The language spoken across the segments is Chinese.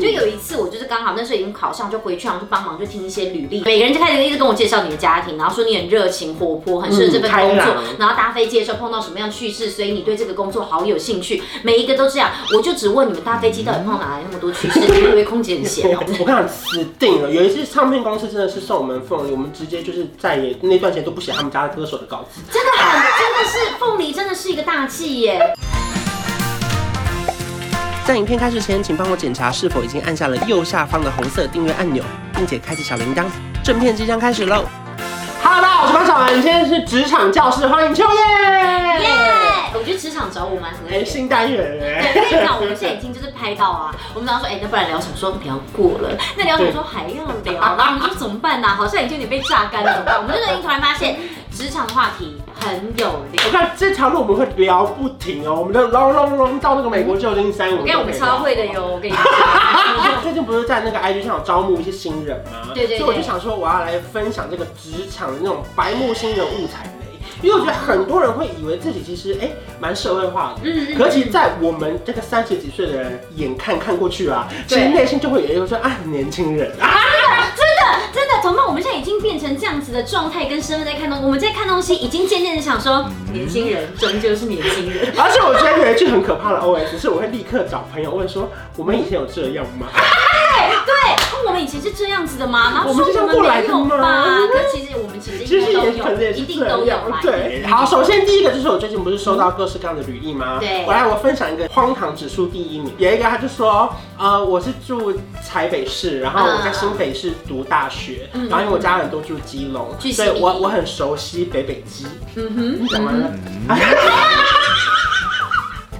有一次我就是刚好那时候已经考上，就回去然后就帮忙就听一些履历，每个人就开始一直跟我介绍你的家庭，然后说你很热情活泼，很适合这份工嗯开作朗，然后搭飞机的时候碰到什么样的趣事，所以你对这个工作好有兴趣，每一个都这样。我就只问你们搭飞机到底碰到哪来那么多趣事？你们以为空姐很闲我哦？我跟你讲，死定了！有一次唱片公司真的是送我们凤梨，我们直接就是再也那段时间都不写他们家的歌手的稿子。真的很，真的是凤梨，真的是一个大气耶。在影片开始前，请帮我检查是否已经按下了右下方的红色订阅按钮，并且开启小铃铛。正片即将开始喽！Hello，大家好，我是关小文，今天是职场教室，欢迎秋叶。耶！我觉得职场找我蛮合理哎，的。新单元对，哎，我跟你讲，我们现在已经就是拍到啊，我们常常说，哎、那不然聊什么？说聊过了，那聊什么？说还要聊，啊然后我们说怎么办呢、好像已经有点被榨干了，怎么办？我们就已经突然发现，职场话题很有料。我看这条路我们会聊不停哦，我们就隆隆隆到那个美国旧金山，我跟你讲，我们超会的哟。哟，我跟你讲。最近不是在那个 IG 上有招募一些新人 吗？对对对所以我就想说，我要来分享这个职场的那种白木星人误踩雷，因为我觉得很多人会以为自己其实哎蛮社会化的。嗯嗯可其实在我们这个三十几岁的人眼看看过去啊，其实对内心就会有一个说啊年轻人啊，真的，同胞，我们现在已经变成这样子的状态跟身份在看东，我们在看东西，已经渐渐的想说，年轻人终究是年轻人。而且我觉得有一句很可怕的 OS 是，我会立刻找朋友问说，我们以前有这样吗？哦我们以前是这样子的吗？然后我们说是这样我们过来没的有吗吧？可其实我们其实其应实该都也可能有，也是一定都有啦。对，好，首先第一个就是我最近不是收到各式各样的履历吗？对我来我分享一个荒唐指数第一名，有一个他就说，呃，我是住台北市，然后我在新北市读大学，嗯然后因为我家人都住基隆，去所以我西我很熟悉北北基。嗯哼，你讲完了？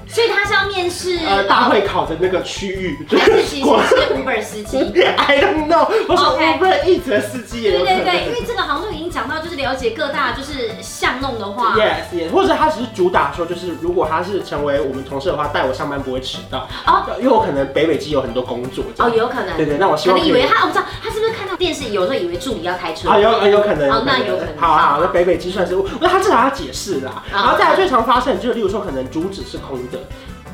所以他是要面试，呃，大会考的那个区域， 就还是其实果是 Uber 司机？ I don't know，我说 OK 我不能一直的司机 也对有可对对，因能。为这个好像都已经讲到，就是了解各大就是巷弄的话， Yes, yes，或者他只是主打说，就是如果他是成为我们同事的话，带我上班不会迟到。哦因为我可能北北基有很多工作。这哦，样有可能，对对，那我希可望能以可以为他，我不知道他是不是看到电视，有时候以为助理要开车啊，，有啊有可能，哦那有可能好啊，好那北北基算是，那他至少要解释啦。啊然后再来最常发生的就是，例如说可能主旨是空的，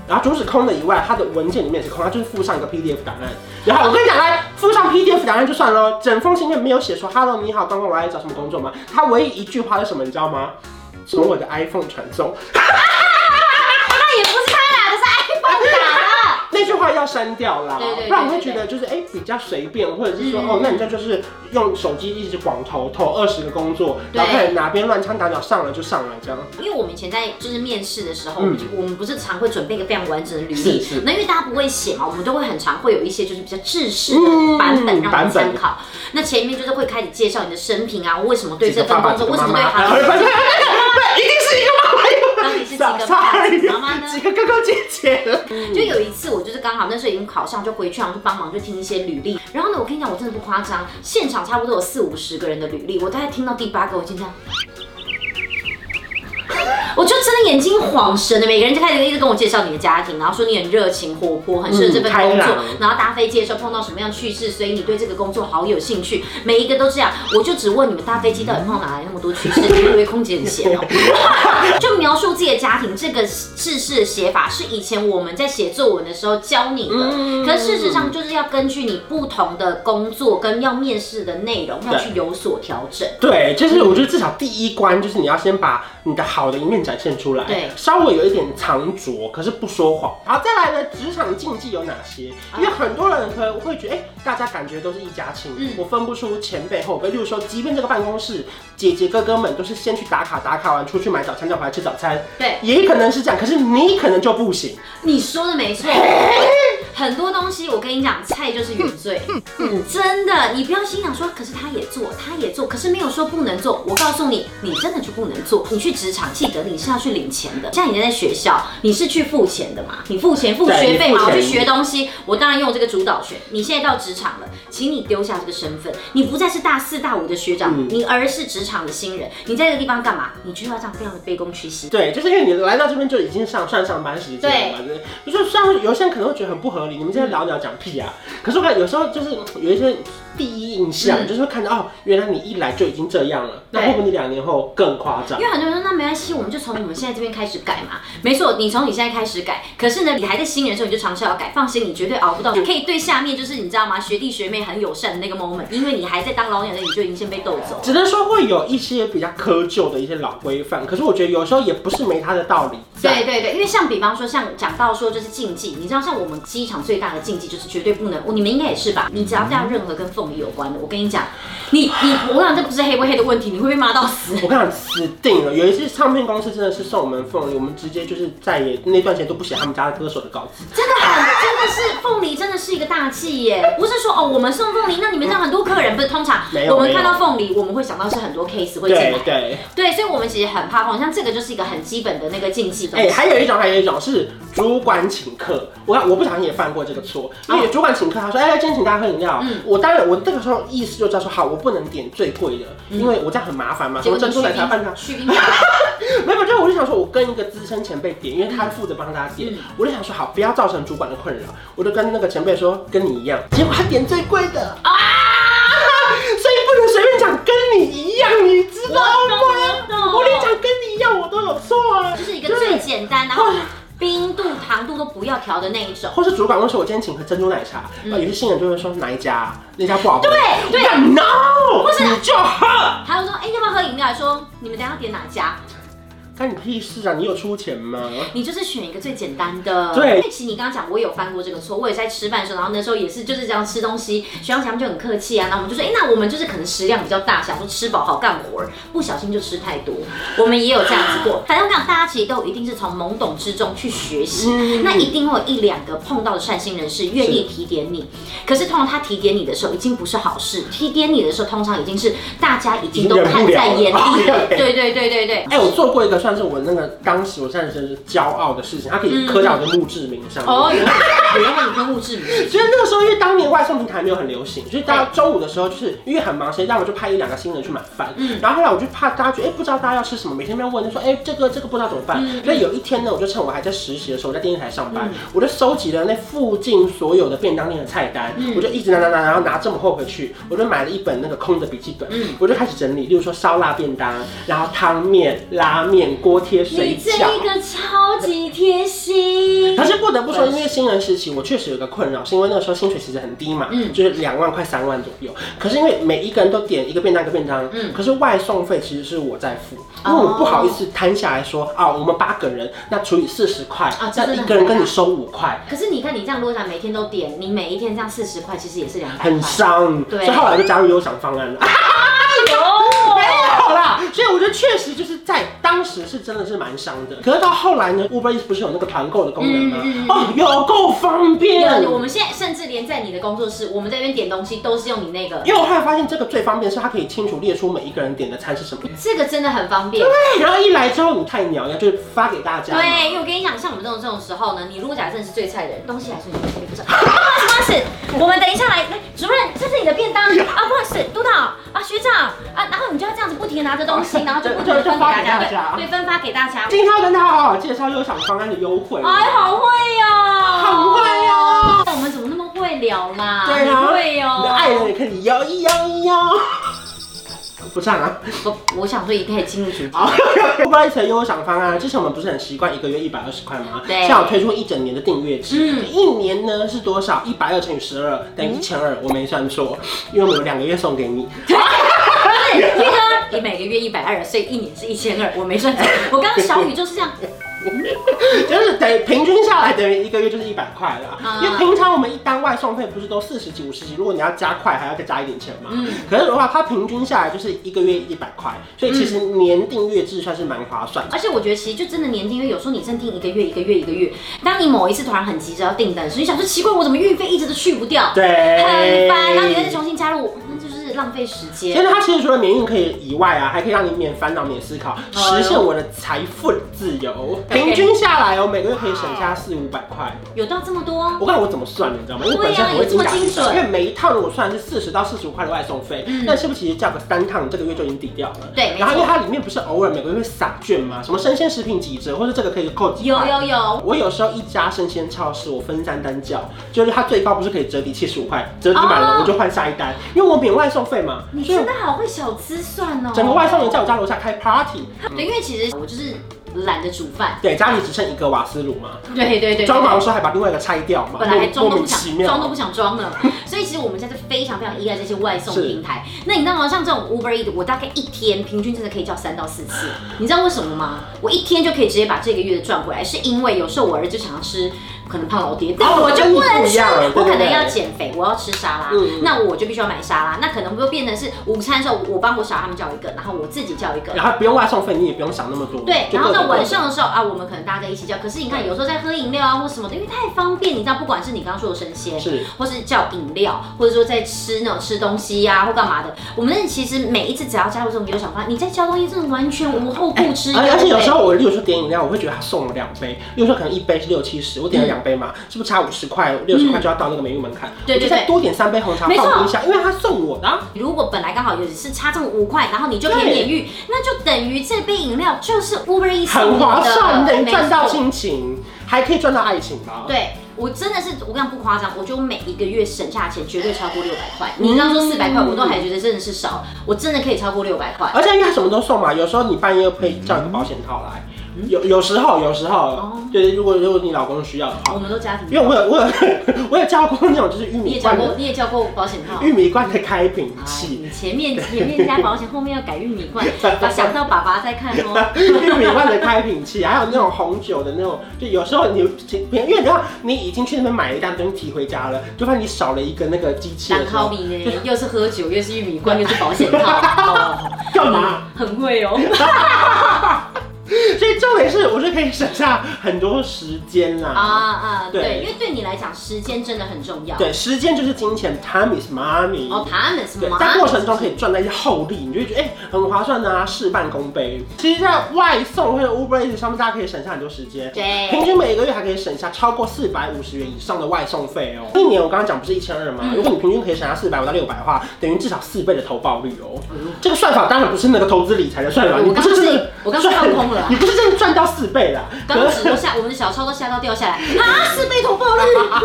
然后主旨空的以外，它的文件里面也是空，它就是附上一个 PDF 档案。哦然后我跟你讲，来附上 PDF 档案就算了，整封信里面没有写说 “Hello，你好，刚刚我来找什么工作吗？”他唯一一句话是什么，你知道吗？从我的 iPhone 传送，那也不是他打的，是 iPhone 打的。 那句话要删掉啦对对对，不然我会觉得就是哎比较随便，或者是说嗯哦，那你这就是用手机一直广投投二十个工作，然后对看哪边乱枪打鸟上了就上了这样。因为我们以前在就是面试的时候，嗯我们不是常会准备一个非常完整的履历是是，那因为大家不会写嘛，我们都会很常会有一些就是比较制式的版本嗯让我版们本参考。那前面就是会开始介绍你的生平啊，为什么对这份工作，为什么对行然 后业就发现，对，一定是一个 妈妈，到底是几个爸爸， sorry，几个妈妈呢？几个哥哥姐姐了。就有一次，我就是刚好那时候已经考上，就回去然后就帮忙就听一些履历。然后呢，我跟你讲，我真的不夸张，现场差不多有四五十个人的履历，我大概听到第八个，我就这样。 我就真的眼睛晃神了，每个人就开始一直跟我介绍你的家庭，然后说你很热情活泼，很适合这份嗯开工作朗，然后搭飞机的时候碰到什么样的趣事，所以你对这个工作好有兴趣，每一个都这样。我就只问你们搭飞机到底碰到哪来那么多趣事？你以为空姐很闲哦？就描述自己的家庭，这个制式的写法是以前我们在写作文的时候教你的，可是事实上就是要根据你不同的工作跟要面试的内容，要去有所调整。对，就是我觉得至少第一关就是你要先把你的好的一面展现出来，对稍微有一点藏拙，可是不说谎。然后再来呢，职场禁忌有哪些？啊因为很多人可能会觉得，哎、大家感觉都是一家亲，嗯我分不出前辈后辈。例如说，即便这个办公室姐姐哥哥们都是先去打卡，打卡完出去买早餐，再回来吃早餐，对，也可能是这样，可是你可能就不行。你说的 没错。很多东西，我跟你讲，菜就是原罪，嗯，真的，你不要心想说，可是他也做，他也做，可是没有说不能做。我告诉你，你真的就不能做。你去职场，记得你是要去领钱的。像你在学校，你是去付钱的嘛？你付钱付对学费你嘛？付我钱去学东西，我当然用这个主导权。你现在到职场了，请你丢下这个身份，你不再是大四大五的学长，嗯你而是职场的新人。你在这个地方干嘛？你就要这样非常的卑躬屈膝。对，就是因为你来到这边就已经上算上班时间了嘛，就是就是像有些人可能会觉得很不合合理。你们今天聊聊讲屁啊！可是我看有时候就是有一些第一印象，嗯就是会看到哦，原来你一来就已经这样了，那对会不会你两年后更夸张因？为很多人说那没关系，我们就从我们现在这边开始改嘛。没错，你从你现在开始改，可是呢，你还在新人的时候你就尝试要改，放心，你绝对熬不到。可以对下面就是你知道吗？学弟学妹很友善的那个 moment，因为你还在当老鸟的时候，你就已经先被逗走。只能说会有一些比较窠臼的一些老规范，可是我觉得有时候也不是没它的道理在。对对对，因为像比方说，像讲到说就是竞技，你知道像我们机场最大的竞技就是绝对不能，哦我你们应该也是吧？你只要掉任何跟凤梨有关的，我跟你讲，你你我跟你讲这不是黑不黑的问题，你会被骂到死。我跟你讲，死定了！有一次唱片公司真的是送我们凤梨，我们直接就是再也那段时间都不写他们家的歌手的稿子。真的很，真的是凤梨，真的是一个大气 耶！不是说哦，我们送凤梨，那你们这样很多客人不是通常没有我们没有看到凤梨，我们会想到是很多 case 会进对来，对，对，所以我们其实很怕碰，像这个就是一个很基本的那个禁忌东哎、西。还有一种，还有一种是主管请客。我我不小心也犯过这个错，因为主管请客，他说，哎、今天请大家喝饮哦料。嗯我当然，我那个时候意思就知道说，好，我不能点最贵的，嗯因为我这样很麻烦嘛。结什果么你珍去珠奶茶、半冰 糖，去冰， 没有，就我就想说，我跟一个资深前辈点，因为他负责帮他点，嗯我就想说，好，不要造成主管的困扰。我就跟那个前辈说，跟你一样，结果他点最贵的啊，所以不能随便讲跟你一样，你知道吗？我连讲跟你一样我都有错啊，就是一个对最简单，然后冰度、糖度都不要调的那一种。或是主管问说：“我今天请喝珍珠奶茶。嗯那有些新人就会说：“哪一家啊？那家不好喝。”对对呀，no，或是你就喝，还有说，哎、要不要喝饮料？说你们等一下要点哪家？干你屁事啊！你有出钱吗？你就是选一个最简单的。对因为其实你刚刚讲，我也有犯过这个错，我也在吃饭的时候，然后那时候也是就是这样吃东西，学长姐他们就很客气啊，然后我们就说，哎、那我们就是可能食量比较大，想说吃饱好干活儿，不小心就吃太多，我们也有这样子嗯过。反正我讲，大家其实都一定是从懵懂之中去学习，嗯那一定会有一两个碰到的善心人士愿意提点你，可是通常他提点你的时候，已经不是好事，提点你的时候，通常已经是大家已经都忍不看了在眼里了。了对对对对 对。哎、我做过一个算是我那个当时我算是骄傲的事情，它可以刻在我的墓志铭上面。嗯哦，原来你跟物质迷。所以那个时候，因为当年外送平台还没有很流行，所以大家周五的时候就是因为很忙，谁让我就派一两个新人去买饭。嗯然后后来我就怕大家觉得哎、不知道大家要吃什么，每天在问就说哎、这个这个不知道怎么办嗯嗯。那、有一天呢，我就趁我还在实习的时候，我在电视台上班，嗯我就收集了那附近所有的便当店的菜单，嗯我就一直拿拿拿，然后拿这么厚回去，我就买了一本那个空的笔记本，嗯我就开始整理，例如说烧腊便当，然后汤面、拉面、锅贴、你水这饺一。个超级贴 心可。是不得不说，因为新人时期，我确实有个困扰，是因为那个时候薪水其实很低嘛，嗯就是两万块、三万左右。可是因为每一个人都点一个便当、一个便当，嗯哦可是外送费其实是我在付，因为我不好意思摊下来说啊，我们八个人，那除以四十块啊，这真那的一很个人大跟你收五块，可是你看，你这样落下每天都点，你每一天这样四十块，其实也是两百块。很伤。对所以后来我就加入优享方案了。哎没有啦， 所以我觉得确实就是在当时是真的是蛮伤的。可是到后来呢，Uber Eats 不是有那个团购的功能吗？嗯嗯嗯啊哦，有够方便。有，我们现在甚至连在你的工作室，我们在那边点东西都是用你那个，因为我后来发现这个最方便是它可以清楚列出每一个人点的餐是什么。这个真的很方便。对，啊然后一来之后你太鸟样，就是发给大家。对，因为我跟你讲，像我们这种这种时候呢，你如果假设你是最菜的人，东西来说你也不知道。 啊不好意思，我们等一下来，来主任，这是你的 便当啊，不好意思，督导啊，学长啊，然后你就要这样子不停的拿着东 西，然后就不停的分给大就就就发给大家，家对，对分发给大家。今天要跟大家好好介绍优享方案的优惠。哎，好会哦，很会哦。我们怎么那么会聊啦？对啊很会哦。你的爱人也可以摇一摇一摇。不唱啊！我我想说，也可以进入主 题。好，不好意思，优享方案。之前我们不是很习惯一个月一百二十块吗？对现在我推出一整年的订阅制，嗯一年呢是多少？一百二乘以十二等于一千二，我没算错，因为我们有两个月送给你。对，听哥，你每个月一百二，所以一年是一千二，我没算错。我刚刚小雨就是这样，就是等于平均下来等于一个月就是一百块啦。嗯因为平常我们一单外送费不是都四十几、五十几，如果你要加快还要再加一点钱嘛。嗯可是的话，它平均下来就是一个月一百块，所以其实年订阅制算是蛮划算的。而且我觉得其实就真的年订阅，有时候你真订一个月一个月一个月，当你某一次突然很急着要嗯啊订单的时候，你想说奇怪，我怎么运费一直都去不掉，对，很烦，然后你再重新加入，那就是是浪费时其间。实它其实除了免运可以以外啊，还可以让你免烦恼、免思考，实哦现我的财富自由。平均下来哦，每个月可以省下四五百块。有到这么多？我看我怎么算的，你知道吗？因为对本身呀很会精打有这么细精准嗯算，因为每一趟如果算是四十到四十五块的外送费，那是不是其实叫个三趟，这个月就已经抵掉了？对没然后因为错它里面不是偶尔每个月会撒券吗？什么生鲜食品几折，或者这个可以扣几有块。有有。我有时候一家生鲜超市，我分三单叫，就是它最高不是可以折抵七十五块，折抵满哦了我就换下一单，因为我免外送费嘛，你所以真的好会小资算哦！整个外送员在我家楼下开 party。对，因为其实我就是懒得煮饭。对，家里只剩一个瓦斯炉嘛，对对对对，装潢的时候还把另外一个拆掉嘛，本来还装莫都名不其想妙。装都不想装了，所以其实我们家是非常非常依赖这些外送是平台。那你知道吗？像这种 Uber Eat，我大概一天平均真的可以叫三到四次。你知道为什么吗？我一天就可以直接把这个月的赚回来，是因为有时候我儿子想要吃可能胖老爹，但哦我就不能跟你不一吃样对，我可能对对要减肥，我要吃沙拉嗯嗯，那我就必须要买沙拉。那可能就变成是午餐的时候，我帮我小孩他们叫一个，然后我自己叫一个，然后不用外送费，你也不用想那么多。对，就然后各到种晚各种上的时候啊，我们可能大家在一起叫。可是你看，有时候在喝饮料啊或什么的，因为太方便，你知道，不管是你刚刚说的生鲜，是或是叫饮料，或者说在吃那种吃东西呀、或干嘛的，我们其实每一次只要加入这种有享方案，你在交东西真的完全无后顾之忧。哎欸而而且有时候，候我，例如说点饮料，我会觉得他送了两杯，例如说可能一杯是六七十，我嗯点了两杯嘛，是不是差五十块？六十块就要到那个免运门槛，对我就对再对多点三杯红茶没错放冰箱，因为他送我的啊。如果本来刚好有是差这么五块，然后你就可以对免运，那就等于这杯饮料就是 Uber Eats 送很你划的算，能赚到没错亲情，还可以赚到爱情吧？对我真的是，我跟你讲不夸张，我觉得我每一个月省下的钱绝对超过六百块。嗯你刚刚说四百块，我都还觉得真的是少，我真的可以超过六百块。而且因为它什么都送嘛，有时候你半夜可以叫一个保险套来，有有时候有时候嗯哦，对，如果如果你老公需要的话，我们都家庭，因为我有我有我有 叫过那种就是玉你也叫米罐过的，你也叫过保险套。玉米罐的开瓶哎器，你前面前面加保险，后面要改玉米 罐，把想到爸爸在看哦。玉米罐的开瓶器，还有那种红酒的那种，就有时候你因为你知道你已经去那边买了一大堆提回家了，就怕你少了一个那个机器当的时烤候，米呢，又是喝酒，又是玉米罐，又是保险套，哦， 干嘛？啊很会哦。所以重点是，我是可以省下很多时间啦。啊啊，对对，因为对你来讲，时间真的很重要。对，时间就是金钱，time is money。哦，他们什对么，？在过程中可以赚到一些厚利，你就会觉得哎、很划算啊，事半功倍。其实，在外送或者 Uber Eats 上面，大家可以省下很多时间，对平均每个月还可以省下超过四百五十元以上的外送费哦。一年我刚刚讲不是一千二嗯吗？如果你平均可以省下四百五到六百的话，等于至少四倍的投报率哦。这个算法当然不是那个投资理财的算法，嗯我你不是真刚刚的是，我刚刚放空了啊 你不是真的赚到四倍啦。刚刚直播吓，我们的小抄都吓到掉下来啊！四倍投报率，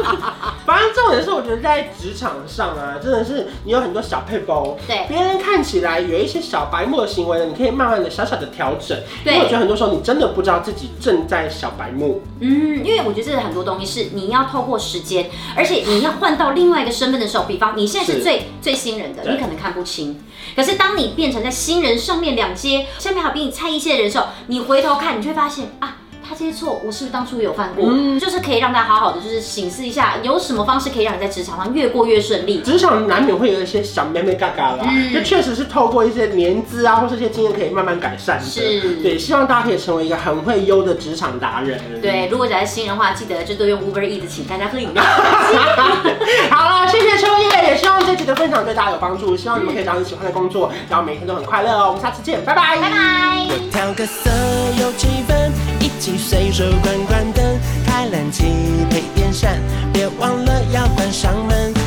反正重点是，我觉得在职场上啊，真的是你有很多小配包，对别人看起来有一些小白目的行为呢，你可以慢慢的、小小的调整。对因为我觉得很多时候你真的不知道自己正在小白目。嗯，因为我觉得这很多东西是你要透过时间，而且你要换到另外一个身份的时候，比方你现在是是最最新人的，对你可能看不清，可是当你变成在新人上面两阶，下面还有比你菜一些的人的时候，你回头看，你就会发现啊。他这些错，我是不是当初有犯过？嗯就是可以让大家好好的，就是醒思一下，有什么方式可以让你在职场上越过越顺利。职场难免会有一些小妹妹嘎嘎啦，嗯这、确实是透过一些年资啊，或是一些经验可以慢慢改善的。是对，希望大家可以成为一个很会优的职场达人。。对，如果假是新人的话，记得就多用 Uber Eats 请大家喝饮料。 好了，谢谢秋叶，也希望这集的分享对大家有帮助，希望你们可以找到你喜欢的工作，然后每天都很快乐哦。我们下次见，拜拜，拜。拜。调个色有气氛，一起随手关关灯，开冷气配电扇，别忘了要关上门。